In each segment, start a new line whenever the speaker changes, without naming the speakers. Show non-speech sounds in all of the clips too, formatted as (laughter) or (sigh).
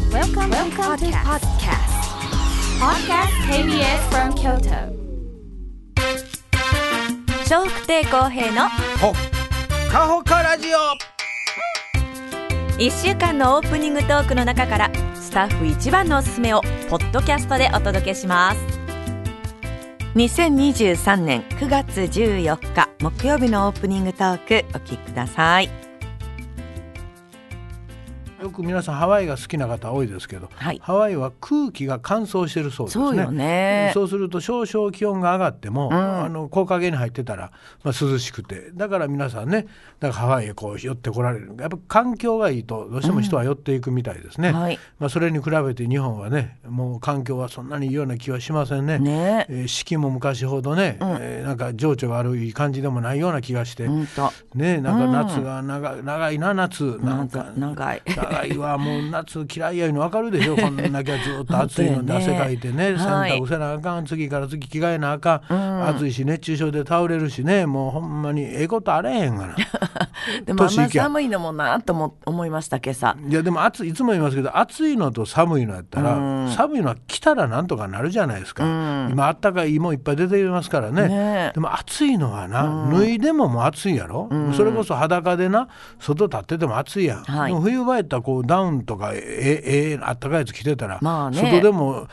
Welcome to
Welcome, to podcast.
Podcast KBS from Kyoto.
笑福亭公平の
ほっかほかラジオ
1週間のオープニングトークの中からスタッフ一番のおすすめをポッドキャストでお届けします2023年9月14日木曜日のオープニングトークお聞きください
よく皆さんハワイが好きな方多いですけど、
はい
ハワイは空気が乾燥してるそうですね
そうよね
そうすると少々気温が上がっても、
ん
あの木陰に入ってたら、まあ、涼しくてだから皆さんねだからハワイへこう寄ってこられるやっぱ環境がいいとどうしても人は寄っていくみたいですね、
うんはい
まあ、それに比べて日本はねもう環境はそんなにいいような気はしませんね
ね
えー四季も昔ほどね、えーなんか情緒が悪い感じでもないような気がして、
うんと
ねえなんか夏が長い長いな夏なんか
なんか長い
長いわもう夏嫌いやいうの分かるでし
(laughs)
ょこんなきゃずっと暑いの
本
に
当やね
汗かいてね洗
はい
濯せなあかん次から次着替えなあかん、暑いし熱中症で倒れるしねもうほんまにええことあれへんがな
(laughs) でもあん
年
ま
いきゃ
寒いのもなとも思いました今朝
いやでも暑いいつも言いますけど暑いのと寒いのやったら、寒いのは来たらなんとかなるじゃないですか、今あったかいもんいっぱい出ていますからね
ねえ
でも暑いのはな、脱いでももう暑いやろ、それこそ裸でな外立ってても暑いやん、
はい
でも冬場やったらこうダウンとかええええあったかいやつ着てたら、
まあね
外でも、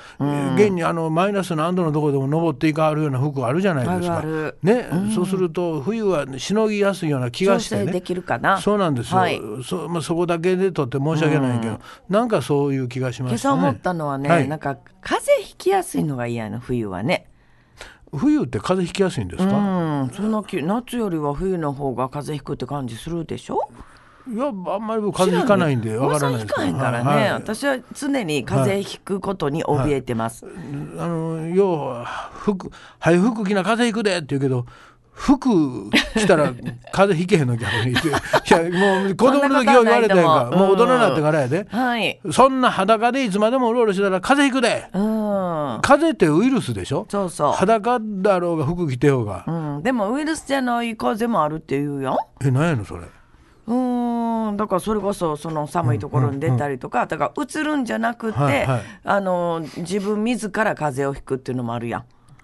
現にあのマイナス何度のとこでも登っていかはるような服あるじゃないですか
あるある
ね、そうすると冬はしのぎやすいような気が
調
して
整
ね
できるかな
そうなんですよ、
はい
そまあ、そこだけでとって申し訳ないけど、なんかそういう気がしま
今
した
朝
ね
思ったのはね、
はい
なんか風邪ひきやすいのが嫌な冬はね
冬って風邪ひきやすいんです
う
か、
んそんなき夏よりは冬の方が風邪ひくって感じするでしょ
いやあんまり僕風邪ひかないんでわからないです
お子
け
さ
ど
ん引かへんからね、
はいはい
私は常に風邪ひくことに怯えてます、
あのよう服はい服着な風邪ひくでって言うけど服着たら風邪ひけへんの逆
(laughs)
にっていやもう子供の時よう言われたやんか
そんなことはないと思う
もう大人になってからやで、
はい
そんな裸でいつまでもうろうろしてたら風邪ひくで、
うん
風邪ってウイルスでしょ
そうそう
裸だろうが服着てようが、
うん、でもウイルスじゃない風邪もあるっていうよ
え何やのそれ
うーんだからそれこそその寒いところに出たりとか、だからうつるんじゃなくて、
はいはい
あの自分自ら風邪をひくっていうのもあるやん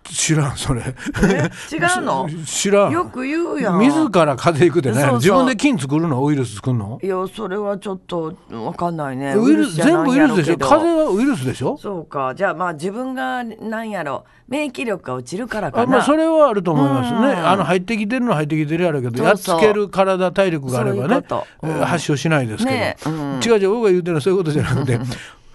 知らんそれ
え違うの
知らん
よく言うやん
自ら風邪ひくってね
そうそう
自分で菌作るのウイルス作るの
いやそれはちょっとわかんないね
ウイルス
じゃ
全
な
部
い
ウ
ん
イ
や
ル
ろ
ス
う
でし
け
ょ
ど
風邪はウイルスでしょ
そうかじゃあまあ自分がなんやろ免疫力が落ちるからか
あ
な、
まあそれはあると思いますねあの入ってきてるのは入ってきてるやろうけど
そうそう
やっつける体体力があれば
そういう
ね
こと
え
うん
ー発症しないですけど、
ねえう
違う違う僕が言うてるのはそういうことじゃなくて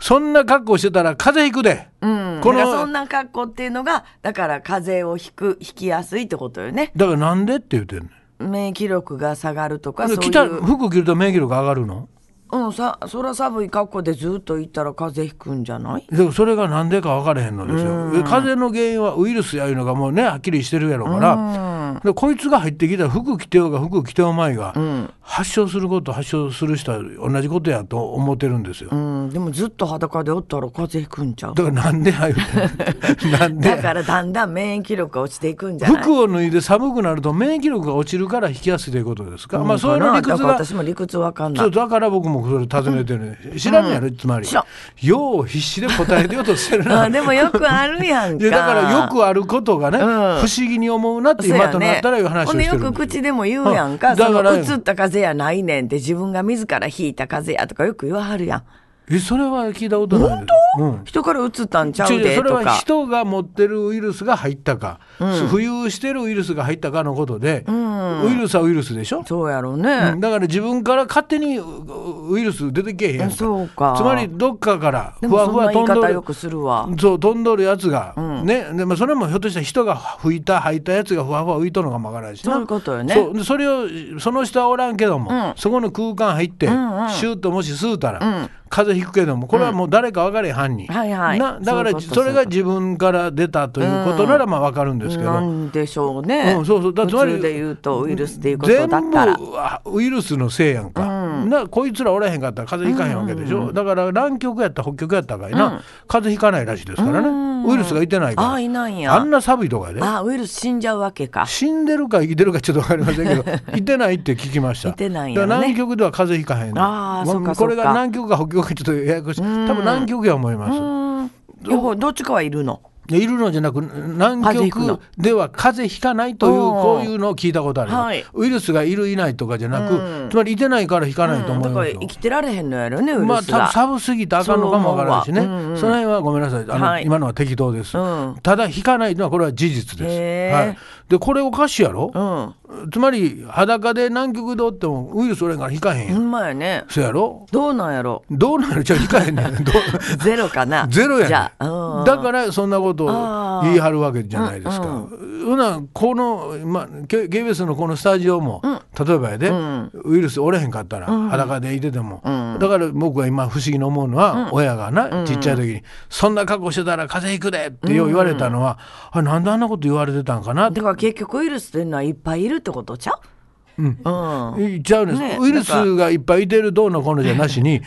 そんな格好してたら風邪ひくで、
うん、
こ
こ
の
のそんな格好っていうのがだから風邪をひくひきやすいってことよね
だからなんでって言ってんの
免疫力が下がるとかそうい
着た
う、
服着ると免疫力上がるの
うん、さそら寒い格好でずっと行ったら風邪ひくんじゃない
でもそれがなんでか分からへんのですよ。で風邪の原因はウイルスやいうのがもうねはっきりしてるやろからでこいつが入ってきたら服着てようが服着ておまいが、発症すること発症する人は同じことやと思ってるんですよ。
うんでもずっと裸でおったら風邪ひくんちゃう
だからなんでああいうてん
(laughs)
のなん
だ
で
からだんだん免疫力が落ちていくんじゃない
服を脱いで寒くなると免疫力が落ちるから引きやすいということですか、まあそういうの
だ
理屈
から
が
私も理屈わかんな
そう
い
だから僕もそれ尋ねてるね、知らんやろつまり
知ら
よう必死で答えてようとしてるな
あでもよくあるやん
い
か
やだからよくあることがね、不思議に思うなって
そうやね
今となったらいう話をしてるんです
ほんでよく口でも言うやんか、
うんだ
そ
か
の
ら
うつった風邪やないねんって自分が自ら引いた風邪やとかよく言わはるやん
えそれは聞いたことない本当、うん
人からうつったんちゃう
違う違う
で
それ
と
は
か
人が持ってるウイルスが入ったか、浮遊してるウイルスが入ったかのことで、ウイルスはウイルスでしょ、
そうやろう
う
ね
ん、だから自分から勝手にうウイルス出てけえへんやんか
そうか
つまりどっかから
で
ふ
も
わ
そ
ふ
んな
わ
言い
飛んど
方
る
よくするわ
そう飛んどるやつが、ねで、まあ、それもひょっとしたら人が吹いた吐いたやつがふわふわ浮いとるのかもわからないしな
そういうことよね
そうでそれをその人はおらんけども、そこの空間入って、シューッともし吸うたら、風邪ひくけどもこれはもう誰か分かれへん犯人、
はいはい
なだから
そう
そ
いうこと
れが自分から出たということならまあ分かるんですけど、
なんでしょうね、
うんそうそうだ
普
つまり
通で言うとウイルスっていうこと
全
だ
部
ったら
はウイルスのせいやんか、なこいつらおらへんかったら風邪ひかへんわけでしょ、だから南極やった北極やったかいな、風邪ひかないらしいですからね、ウイルスがいてないから
あいないんや
あんな寒いとかやで
あウイルス死んじゃうわけか
死んでるか生きてるかちょっと分かりません
(laughs)
けどいてないって聞きました
いてないんや
だ
ろね
から南極では風邪ひかへんの
あーそっかそっか
これが南極か北極かちょっとややこしい多分南極や思います
両方どっちかはいるの
いるのじゃなく南
風邪ひくの
極では風邪ひかないという
おー
こういうのを聞いたことある、
はい
ウイルスがいるいないとかじゃなく、つまりいてないからひかないと
うん
思い
だか
ま
ら
すよ、
生きてられへんのやろねウイル
まあ、
ス
多
が
分、寒すぎてあかんのかもわからないしね
そ
そう
思うわうんうん
の辺はごめんなさいあの、
はい
今のは適当です、
うん
ただ引かないのはこれは事実
へー
です、はい、でこれおかしいやろ、
うん
つまり裸で南極でおってもウイルスおれんから引かへんや
ほ
ん、
んまやね
そやろ
どうなんやろ
どうなるじゃあ引かへんねんどう
ゼロかな
ゼロや
じ
ね
ゃあうん
んだからそんなことを言い張るわけじゃないですか、ほなこの、まあ、ゲゲイベスのこのスタジオも、例えばやで、ウイルスおれへんかったら裸でいてても、だから僕が今不思議に思うのは、親がなちっちゃい時に、そんな格好してたら風邪ひくで」ってよう言われたのは、あなんであんなこと言われてたんかなって
だから結局ウイルスっていうのはいっぱいいるってことちゃううん、
いっちゃうんです、
ね
ウイルスがいっぱいいてるどうのこうのじゃなしに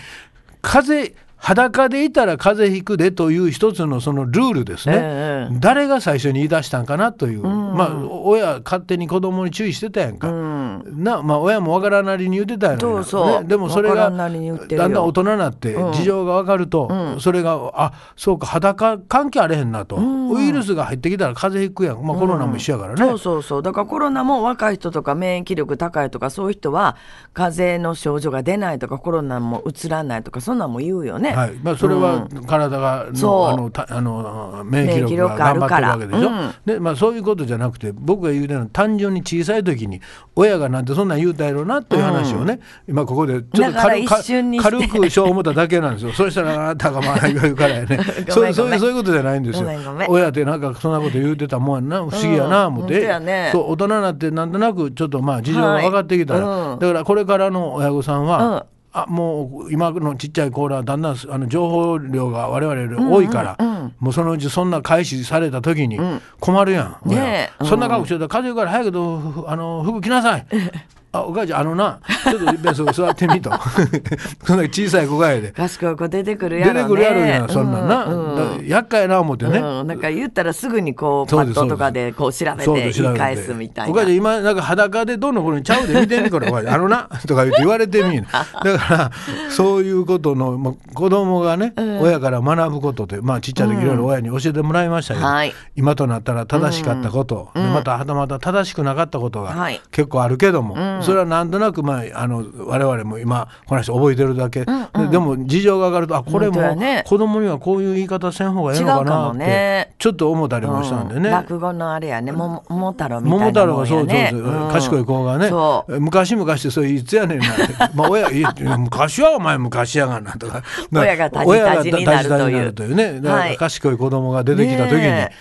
風邪裸でいたら風邪ひくでという一つのそのルールですね、
え
誰が最初に言い出したんかなという、まあお親勝手に子供に注意してたやんか、なまあ親もわからんなりに言ってたやん
そうそう
でもそれ
わから
が
んなりに言ってるよ
だんだん大人になって事情がわかると、それがあそうか裸関係あれへんなと、ウイルスが入ってきたら風邪ひくやん、まあ、コロナも一緒やからね、
そうそうそうだからコロナも若い人とか免疫力高いとかそういう人は風邪の症状が出ないとかコロナもうつらないとかそんなんも言うよね、
はいまあ、それは体がの、
そう
あのたあの免疫力が頑張ってるわけでしょ、でまあ、そういうことじゃなくて僕が言うてるのは単純に小さい時に親がなんてそんなん言うたやろなっていう話をね、今ここでちょっと
だから
軽
一瞬にして
軽くそう思っただけなんですよそしたらあなたがまあ言うから
(laughs)
やねそうそういうそういうことじゃないんですよ
ごめんごめん
親ってなんかそんなこと言うてたもんやな不思議やな思っ
本
て、
当やね
そう大人になってなんとなくちょっとまあ事情が分かってきたら、
はいうん
だからこれからの親御さんは、
うん
あもう今のちっちゃいコーラはだんだんあの情報量が我々より多いから、もうそのうちそんな開始された時に困るやん、
ねえ
親
うん
そんな格好してたら風邪から早いけどふふあの服着なさい
(laughs)
あお母ちゃんあのなちょっと一遍そこ座ってみと (laughs) そんな小さい子がやで
賢い子出てくるやろ、
出
ね、
てくるやろやんそんなんな、
うん
だから厄介やな思ってね、
うん、なんか言ったらすぐにこう
そ
パ
うで
ッ
す
ドとかでこう調べ
そう
て
です
言い返すみたい
お母ちゃ。
なん
今なんか裸でどんどんこれちゃうで見てみ
(laughs)
これお母ちゃんあのなとか言って言われてみるだからそういうことの、まあ、子供がね、親から学ぶことってまあちっちゃい時いろいろ親に教えてもらいましたけど、
はい
今となったら正しかったこと、でまたはたまた正しくなかったことが
はい
結構あるけども、それはなんとなくまああの我々も今この人覚えてるだけ、ででも事情が上がるとあこれ
本当や
も
ね
子供にはこういう言い方せん方がいいのか
違うか
な
も
って、
ね
ちょっと思ったりもしたんでね。
落語のあれやね、もも桃太郎みた
桃
いな
太郎
も
が
ん
そ
や
うそう
ね。
そう、
うん
賢い子がね
そう
昔々ってそれいつやねんなまあ親いや昔はお前昔やがなとか
(laughs) 親がタジタジになるという
親がタジタジになるというねだか
はい
ら賢い子供が出てきた時に、
ね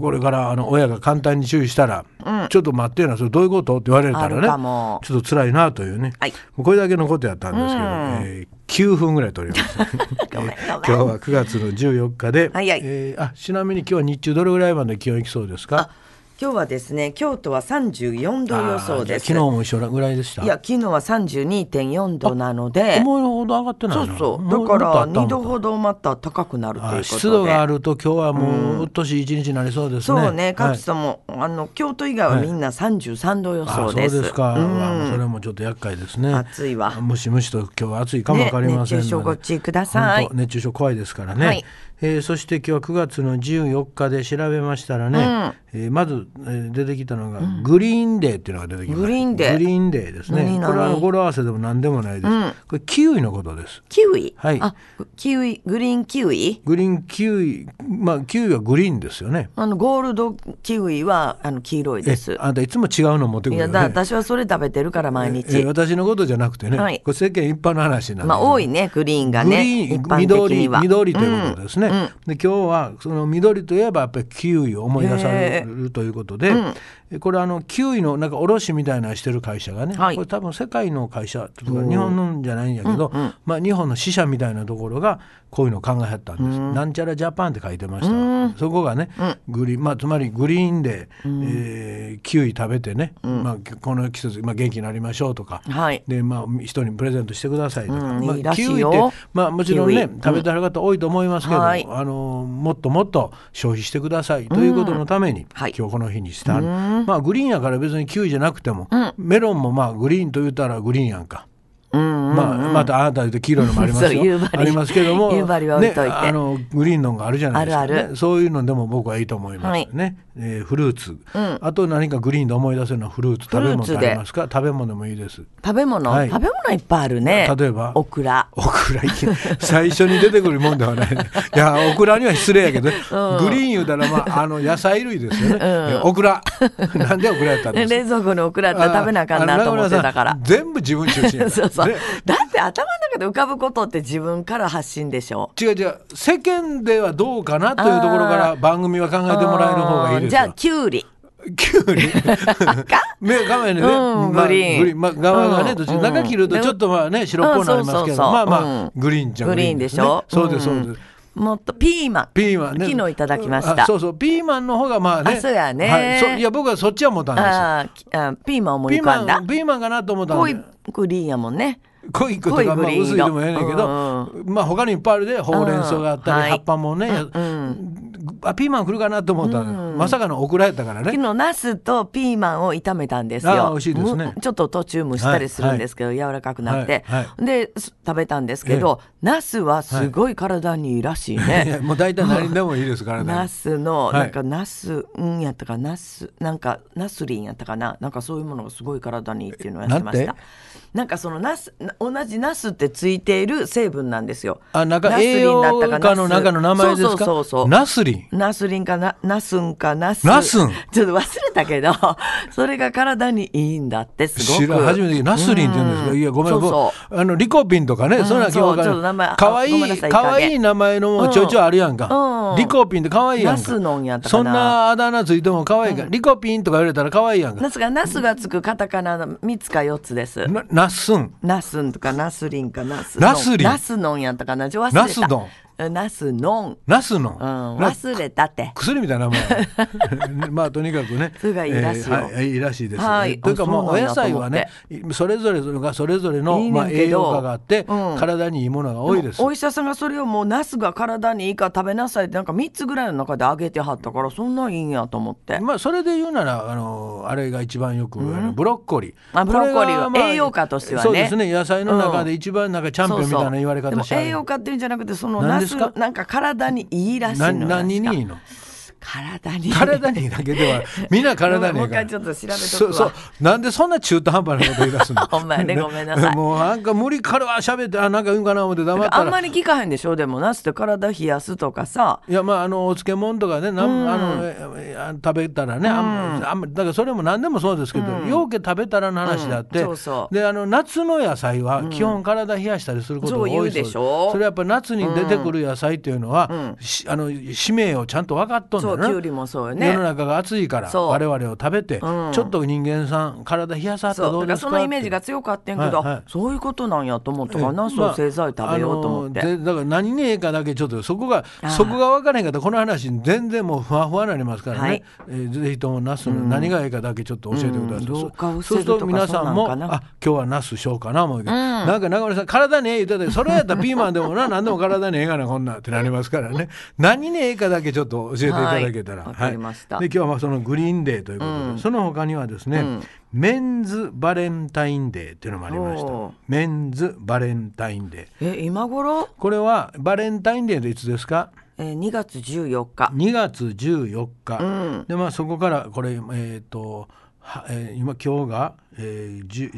これからあの親が簡単に注意したら、ちょっと待ってよなそれどういうことって言われたら
あ
ね
るかも
ちょっと辛いなというね、
はい
もうこれだけのことやったんですけど、えー9分ぐらい取りました
(laughs) ごめんごめん
今日は9月の14日で、
はいはい
えーあちなみに今日は日中どれぐらいまで気温いきそうですか
今日はですね、京都は34度予想です。
あーじゃあ昨日も一緒ぐらいでした
いや、昨日は32.4度なので、
思いほど上がってな
そ
いな
うそう、
も
だ
う
から
もっとあったの
2度ほどまた高くなるということ
あ
で。
湿度があると今日はもううっとしい一日になりそうですね。
そうね、
は
各
い
地とも、あの京都以外はみんな33度予
あ
想です。
そうですか、
うん
うわもうそれはもうちょっと厄介ですね
暑いわ
むしむしと今日は暑いかもわかりません
ね熱
ので、
中症ご注意ください
本当熱中症怖いですからね、
はい
えーそして今日は9月の14日で調べましたらね、えーまず、えー出てきたのがグリーンデーっていうのが出てきました
グリーンデー
グリーンデーです
何
ね
々
これは語呂合わせでも何でもないです、これキウイのことです
キウイ、
はい
あ、キウイ、グリーンキウイ。
グリーンキウイまあキウイはグリーンですよね
あのゴールドキウイはあの黄色いです
え。あんたいつも違うの持ってく
い
るよ
や
ね
だ私はそれ食べてるから毎
えー
日。
私のことじゃなくてね、
はい
これ世間一般の話なんです、
まあ多いねグリーンが
グ
ね
リ
一
ーン
般的に
緑
は。
緑ということですね、で今日はその緑といえばやっぱりキウイを思い出されるということで、えこれあのキウイのなんか卸みたいなのしてる会社がね、
はい
これ多分世界の会社とか日本のじゃないんやけど、まあ、日本の支社みたいなところがこういうのを考えはったんです、なんちゃらジャパンって書いててましたわそこがね、グリーンまあ、つまりグリーンで、えーキウイ食べてね、まあ、きこの季節、まあ、元気になりましょうとか、
はい
でまあ、人にプレゼントしてくださいとか、
うん
ま
いい
あ、
らし
キ
いよ
ウイって、まあ、もちろん
キウイ
ね
うん
食べてはる方多いと思いますけど、
はい
あのもっともっと消費してくださいということのために、
はい
今日この日にした、まあ、グリーンやから別にキウイじゃなくても、メロンもまあグリーンと言ったらグリーンやんか。
うん
まあ、またあなたで言うと黄色いのもありま
(laughs)
す
そう夕
よ。
張
ありますけども、
夕張は置いといて
ね、あのグリーンのがあるじゃないですか、ね。
あるある
そういうのでも僕はいいと思いますね。えーフルーツ、あと何かグリーンで思い出せるのはフルーツ、
フ
食
ル
べ
ー
物
ツで
ってありますか？食べ物もいいです。
食べ物、
はい
食べ物いっぱいあるね
例えば
オクラ
オクラいき最初に出てくるもんで
(laughs)
はない、ね、いやオクラには失礼やけど、グリーン言うたら、まあ、あの野菜類ですよね、いやオクラ (laughs) なんでオクラやった
(laughs)
ん
冷
ですか
蔵庫のオクラって食べなあかんなと思ってたか
あ
ら
の中村さん全部自分中心
(laughs)
や
そうそう
で
だって頭の中で浮かぶことって自分から発信でしょ
違う違う世間ではどうかなというところから番組は考えてもらえる方がいいです
じゃあ
よ。
きゅうり
キュウリ (laughs) 目画面でね、
うん
まあ
グリーン
まあ、側がね、
うん
どっち中切るとちょっとまあね白っぽになりますけど、
うんそうそうそう
まあまあ、
うん
グリーンじゃ
グリーンでしょ
すねそうですそううんです。
もっとピーマン
ピーマンね。
昨日いただきまし
あ
た
そうそう、ピーマンの方がまあね。
あそうやね
はいそういや、僕はそっちは持たんですよ。
あーきあピーマン思い
ピ
浮
ー
かん
マ
だ
ン、ピーマンかなと思った
濃
の
い
に
グリーンやもんね
濃いこと
濃い
か、
グ
まあ、
リーン
薄いでもええねんけど、
う
まあ、他にいっぱいあるで、ほうれん草があったり、
うんはい
葉っぱもね、あ、ピーマン来るかなと思ったのよ、まさかのオクラやったから
昨
ね。
日ナスとピーマンを炒めたんです
あ
よ
ー美味しいですね
むちょっと途中蒸したりするんですけど、柔らかくなって、
はい
です食べたんですけど、ナスはすごい体にいいらしい
(laughs) いや
ね、
もう大体何でもいいですからね。
ナスの
はい
なんかナスうんやったかナスなんかナスリンやったかななんかそういうものがすごい体にいいっていうのをやってました
な
なん
て
んかそのナスな同じナスってついている成分なんですよ
あ、なんか
ナスリ
栄
ンだ
養
った
価の中の名前ですか。
そうそうそうそう
ナスリン。
ナスリンかな、ナスンかナス。
ナスン
(laughs) ちょっと忘れたけど、 (laughs) それが体にいいんだって、すごく。
知らん初めて聞いたナスリンって言うんですけど、いやごめん
そうそ
僕あのリコピンとかね、そんな
そう
今
ちょっと名前あ
日かわい
ごめんないさい
可愛い名前のもちょいちょいあるやんか、
うん
リコピンって可愛いやんか
ナスのんやったか
そ
なん
なあだ名ついても可愛いから、リコピンとか言われたら可愛いやんか
ナスが、ナスがつくカタカナの3つか4つです。
なナスン
ナスンとかナスリンかナス。
ナスリン
ナスノンやったかな、ちょっと忘れた。
ナスノ
ン。ナスノン。
ナス
う
の、
ん、
な
忘れたって。
薬みたいな名前 (laughs) まあとにかくね
それがいいらしいよ
えーはい、いいらしいです、
はい
というか
あそうなん
も
や
うお野菜はねそれぞれがそれぞれの
いいねん
まあ、
け
栄
ど
養価があって、
うん
体にいいものが多いです
お医者さんがそれをもうナスが体にいいから食べなさいってなんか3つぐらいの中であげてはったからそんなんいいんやと思って
まあそれで言うならあのあれが一番よく、あのブロッコリー。
あブロッコリーは
これが
栄養価としてはね
そうですね。野菜の中で一番なんかチャンピオンみたいな言われ
そう
方し
そ
て
う
は
で
る
も栄養価っていうんじゃなくてその
何
ナ
で
ス
すか
なんか体にいいらしいの
な
よ
何にいい
確か
の？
体にいい
体にだけ
(laughs)
ではみんな体にい
もう
いから。
一回ちょっと調べとくわ
そうそう。なんでそんな中途半端なこと言い出すの？
(laughs) ほんまやねごめんなさい
(laughs) もうなんか無理からは喋ってあなんか言うんかな思って黙った
あんま
ら。
り聞かへんでしょでもナスって体冷やすとかさ
いやまああのお漬物とかねなんあのええあ食べたらねあんまあんまだからそれも何でもそうですけど、ようけ食べたらの話であって、
うんそうそう
であの夏の野菜は基本体冷やしたりすることが多い
そう言う
そう
で
です
しょ
それやっぱ夏に出てくる野菜っていうのは、しあの使命をちゃんと分かっとんだ
そ
よ
う
な
きゅうりもそうよ
世の
ね
中が暑いから
そう
我々を食べて、ちょっと人間さん体冷やさって
そ
ど
うだ
う
か
で
ら
すか
そのイメ
っ
ー
て
ジが強かったんやけど、
はいはい
あそういうことなんやと思ったから、
ええ
ナスを製剤食べようと思って、
まああのでだから何にええかだけちょっとそこが
あー
そこが分からへんかったらこの話全然もうふわふわになりますからね、
はい
えーぜひともナスの何がええかだけちょっと教えてください、
うん老化を防ぐとか
そうすると皆さんも
そうなんかな
あ今日はナスしようかな思うけど、なんか中村さん体にええ言うてたけどそれやったらピーマンでも
(laughs)
な何でも体にええがなこんなんってなりますからね何にええかだけちょっと教えていただけたら
はいわかりました
で今日はまあそのグリーンデーということで、その他にはですね、メンズバレンタインデーっていうのもありました
おー
メンズバレンタインデー
え今頃、
これはバレンタインデーでいつですか
えー、2月14日
2月14日、でまあそこからこれえっ、と、はえー今今日が、えー、10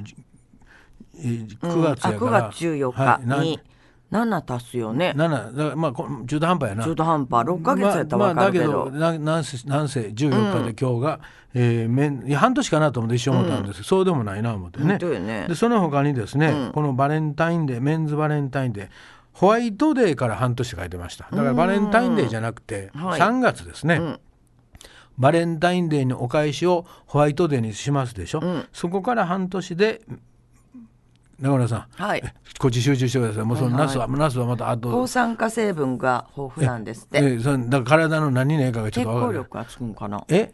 えー9月
あ
やか
9
ら、
月14日
はい
に7足すよね、
7だからまあこ中途半端やな
中途半端6ヶ月やったらわ
まあま
か
あ
るけ
だけ
ど,、
どななんせなんせ14日で今日が、えーめんいや半年かなと思って一瞬思ったんです、そうでもないな思ってね
本当よね
でその他にですね、このバレンタインデーメンズバレンタインデーホワイトデーから半年って書いてましただからバレンタインデーじゃなくて
はい
3月ですね、バレンタインデーのお返しをホワイトデーにしますでしょ、そこから半年で中村さん、
はい
こっち集中してください。もうその
はいはい
ナスは、ナスはまた後
抗酸化成分が豊富なんですって。
えそのだから体の何年かがちょ
抵
っとわか
抗
る
力がつくんかな。
え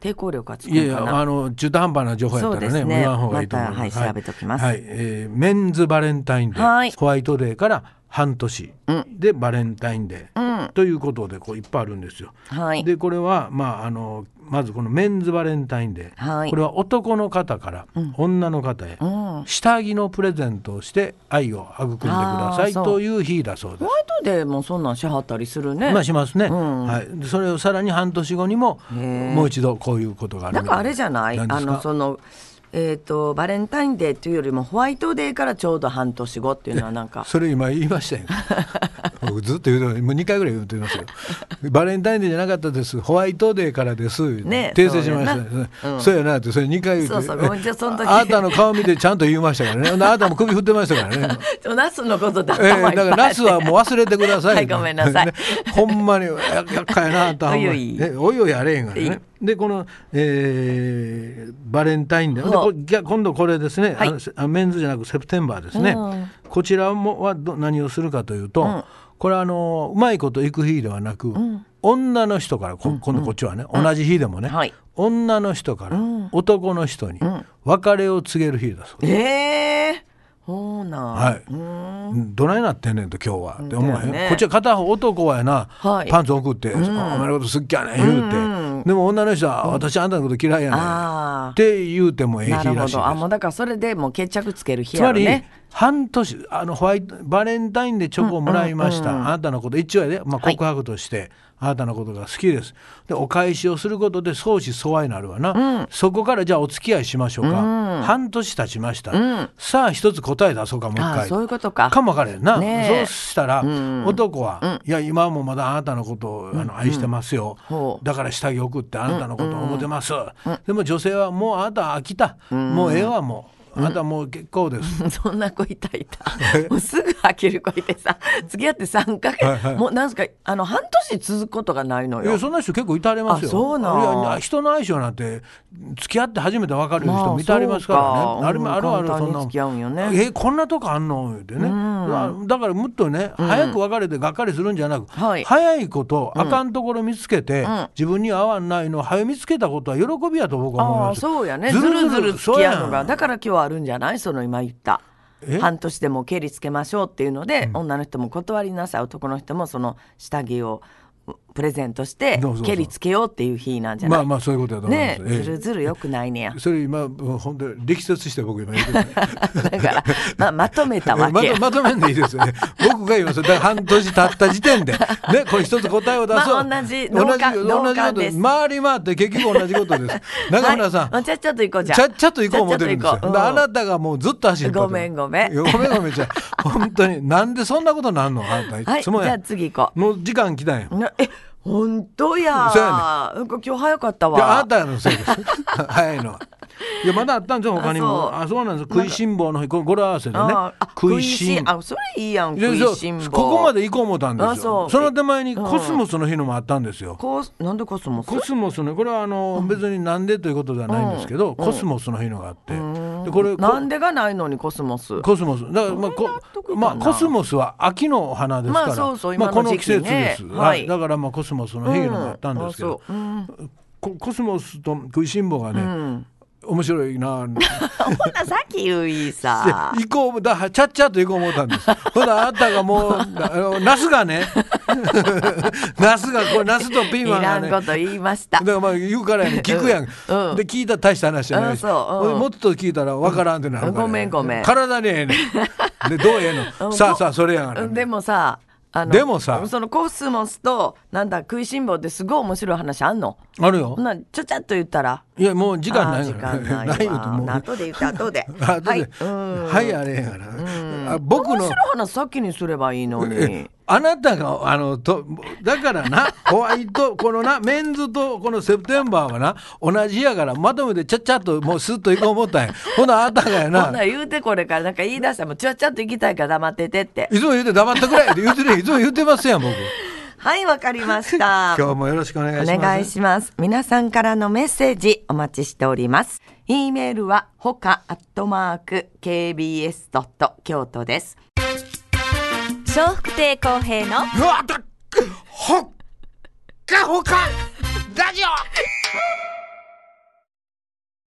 抵抗力がつくん
い
か
や
な。
いやあの中途半端な情報や
そ
った
う
ら
で
ね
すね
言わん方がいいと思います
またはい調べておきます
はいえーメンズバレンタインデー、
はい
ホワイトデーから半年でバレンタインデー、ということでこういっぱいあるんですよ。
はい
でこれは、まあ、あのまずこのメンズバレンタインデー、
はい
これは男の方から女の方へ下着のプレゼントをして愛を育んでくださ
あー
い
そう
という日だそうです
ホ。ワイトデーもそんなんしはったりするね。
まあしますね、はい、でそれをさらに半年後にももう一度こういうことがある
なんかあれじゃない
ん
あ
ですか
のそのえっ、とバレンタインデーというよりもホワイトデーからちょうど半年後っていうのはなんか
(laughs) それ今言いま
(laughs)
したよ僕ずっと言うともう2回ぐらい言ってますよバレンタインデーじゃなかったですホワイトデーからです、
ね
訂正しましたそう,、そうやなってそれ2回言って
そうそうごめんじゃあその時
あなたの顔見てちゃんと言いましたからねほんであなたも首振ってましたからね
ナスのことだっ
ええ
た
だからナスはもう忘れてください、
はいごめんなさい
ねほんまにや厄介やなあんたほん
おい
ま
おい
ねおいおいあれへんから
はい
ねでこの、えーバレンタインデーで
ほう
こぎゃ今度これですね、
はい
あのせあメンズじゃなくセプテンバーですね、こちらもはど何をするかというと、これはあのうまいこといく日ではなく、女の人からこ今度こっちはね、同じ日でもね、
はい
女の人から男の人に別れを告げる日だそうです
え (laughs) えほうなん、
はい、うんどないなってんねんと今日はって思わへん、
だよね
こっちは片方男はやな、
はい
パンツ送って、あお前のこと好きやねん言うて、でも女の人は、私あんたのこと嫌いやねん
あー
って言うてもええ日ら
な
しい
る
で
ほ
す
どあもうだからそれでもう決着つける日
つ
や
ま
ろ
り、
ね
半年あのホワイトバレンタインでチョコをもらいました、あなたのこと一応やで、まあ、
はい
告白として、あなたのことが好きですでお返しをすることで相思相愛になるわな、そこからじゃあお付き合いしましょうか、半年経ちました、さあ一つ答え出そうかもう一
あ
回
あそういうことか
かもわからへんな、
ね
そ
え
うしたら、男は、いや今もまだあなたのことをあの愛してますよ、
ほう
だから下着送ってあなたのことを思ってます、でも女性はもうあなた飽きた、もうええわもうあなたもう結構で
(laughs)
す、
そんな子いたい (laughs) た。もうすぐ飽きる子いてさ、付き合って3ヶ月、
はいはい
もうなんすか、あの、半年続くことがないの
い
よ
や。そんな人結構いたれますよ
あそうなん
いや人の相性なんて付き合って初めて分かる人もいたれますからね、
まあそうか
あ、れもあるあ
うん
るそんな
簡単に付き合うんよね
えこんなとこあんの言うてね、だだからもっとね早く別れてがっかりするんじゃなく、
はい
早いことあかんところ見つけて、
ん
自分に合わんないのを早見つけたことは喜びやと僕は思い
あ
ま
あ、
す
そうやね。ずるずる付
そう
き
や
合うのが。だから今日あるんじゃないその今言った
え。
半年でもけりつけましょうっていうので、女の人も断りなさい、男の人もその下着をプレゼントして
そうそうそう、
けりつけようっていう日なんじゃ
ま
な
あ
い
まあそういうことだと思いま
ね
す、
え、ずるずるよくないねや
え。それ今もう本当に力説して僕今言ってます
だから、まあ、まとめたわ
ま
けや
と。まとめんでいいですよね。
(laughs)
僕が言いますよ。だから半年経った時点で。ね、これ一つ答えを出そう。
まあ同じ
同
同
じ
感
同
同
じこと
感
で。
ですす
回り回って結局同じことです。中村さん。
はい、ちゃっちゃと行こうじゃ
ちゃっちゃと行こう思ってるんですよ。
ちゃっちゃと行こう
であ
うん
なたがもうずっと足引っ張ってる
ごめんごめん
いやごめんごめんじゃあ本当になんでそんなことなんのあなた
はいい、
つ
じ
も
ゃ
や
あ。次行こ
もう時間来たんや。
う。なえ、本当や。
そうや
なんか今日早かった
いやあ
わ
な。たのせいです (laughs) 早いのはいやまだあったんですよ他にもあ
あ
そうなんです食いしん坊の日これ語呂合わせでね
ああ
食いしん
あ、それいいやん。
で
食
そう
いしん坊。
ここまで行こう思ったんで
あ
す
そ
よ
う
その手前にコスモスの日のもあったんですよ、
こう、なんでコスモス。
コスモスのこれはあの、別になんでということではないんですけど、コスモスの日のがあって、でこれこ
なんでがないのにコスモス。
コスモスだからまあ
これ納得
こ
か
まあ
な
コスモスは秋のお花ですから、
まあそうそう
まあこ
今
の
の
季
時期ね
節です、は
はい
い、だからまあコスモスの日のもあったんですけど、
うん (laughs) あ
こコスモスと食いしん坊がね、
そううん
面白いな
ほなさっき言うい
で
さ。
(laughs) 行こうだちゃっちゃと行こう思ったんです。 (laughs) ほなあなたがもうなあのナスがね (laughs) ナスがこれナスとピ
い
ーマン
ら
が
ん
ね。
こと言いました
だ。からまあ言うからやね聞くや
う
ん、
ん
で聞いたら大した話じゃないし、
うんそううん
もっと聞いたらわからんってなるから、ね
ごめんごめん
体にええねんでどうええ
う
の、
ん
さあさあそれやから、
でもさ、あの
でもさ
そのコスモスとなんだ食いしん坊ってすごい面白い話あんの。
あるよ
ほなちょちゃっと言ったら。
いやもう時間ない
あー
から
時間ない
(laughs) ないよ
わ
もう
後で言った後
(laughs)
で
あとで
はいうん
はいあれやから、あ僕の
面白い話先にすればいいのに
えあなたがあのとだからなホワイトこのなメンズとこのセプテンバーはな同じやからまとめてちゃっちゃっともうスッと行こう思ったんやほなあなたがや
(laughs) こん
な
なん言うてこれからなんか言い出したらもうちゃっちゃっと行きたいから黙っててって
いつも言うて黙ってくれって言うてるいつも言うてますやん僕
はい、わかりました。
(laughs) 今日もよろしくお願いします。
お願いします。皆さんからのメッセージお待ちしております。e メールはほかアットマーク kbs ドット京都です。
笑福亭公平の
うわだっほっかほかラジオ